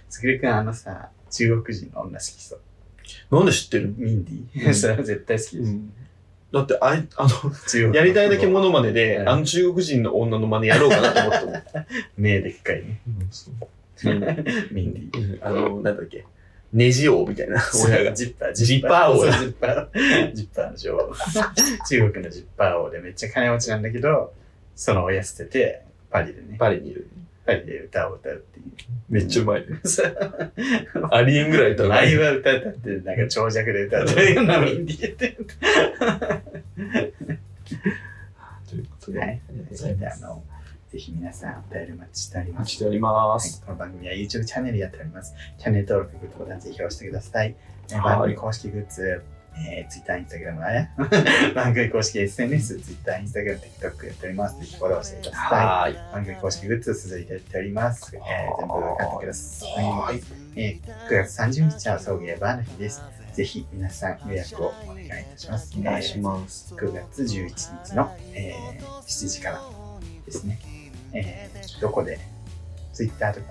S2: つくるくん、あのさ、中国人の女好きそう。
S1: なんで知ってる
S2: ミンディ
S1: う
S2: ー。
S1: ん
S2: それは絶対好きです。
S1: だってあい、あ
S2: 中
S1: の、
S2: 国
S1: やりたいだけモノマネで、
S2: うん
S1: あの中国人の女のマネやろうかなと思ったもん。
S2: 目でっかいね。
S1: うん
S2: ミンディー。
S1: あの、なんだっけ。ネジ王みたいな、親が。
S2: ジッパー、
S1: ジッパー王
S2: そうジッパー、ジッパーの女王。中国のジッパー王でめっちゃ金持ちなんだけど、その親捨てて、パリでね、
S1: パリにいる。
S2: パリで歌を歌うっていう。
S1: めっちゃうまいね。 ありえんぐらい歌う。
S2: ライブは歌ったって、なんか長尺で 歌うというようなミンディーって。
S1: ということで、
S2: は
S1: あ
S2: い
S1: りがとうご
S2: そ
S1: ざ
S2: れ
S1: い
S2: で
S1: ま
S2: あ
S1: す。
S2: の、ぜひ皆さんお便りお待ちしており
S1: お
S2: ま
S1: 待ち
S2: す
S1: し。ておりま
S2: はい
S1: す。、
S2: この番組は YouTube チャンネルやっております。チャンネル登録、グッドボタンぜひ押してください。えー
S1: はい
S2: 番組公式グッズ、えー、Twitter、Instagram はね、 番組公式 SNS、Twitter、Instagram、TikTok やっております。ぜひフォローしてくださ
S1: はーい。
S2: い。番組公式グッズ続いてやっております。えー、全部買ってください。
S1: はい
S2: えー、9月30日は送迎バーの日です。ぜひ皆さん予約をお願いいたします。
S1: お願いし
S2: す。
S1: ます。
S2: 9月11日の、えー7時からですね。えーどこで Twitter とか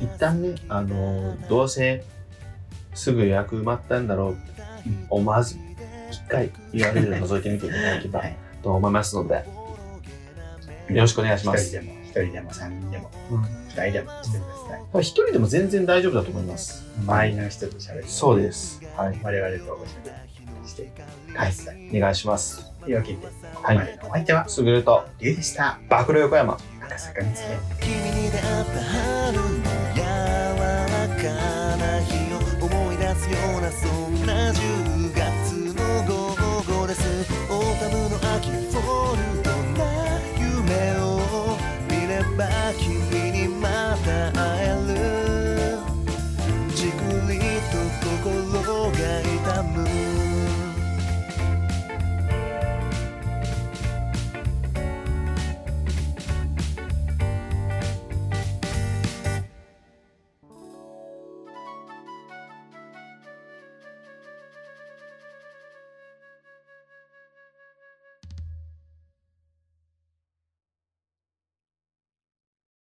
S1: 一旦ね、あのーどうせすぐ予約埋まったんだろうって
S2: うん
S1: 思わず、一回 URL を覗いてみていただけば
S2: はい
S1: と思いますので、
S2: うん
S1: よろしくお願いし
S2: 一
S1: ま
S2: 人
S1: す。
S2: でも一人でも三人でも
S1: うん
S2: 二人でもしてくださ
S1: 一
S2: い。
S1: 人でも全然大丈夫だと思います。
S2: 周りの人と喋る。
S1: そうです。はい。
S2: 我々とおしゃべして返す。と
S1: お願いします。
S2: いうわけで、ここまでのお相手は
S1: すぐると、
S2: リュウでした。
S1: 爆露横山。
S2: 赤坂光です。
S3: 君に出会った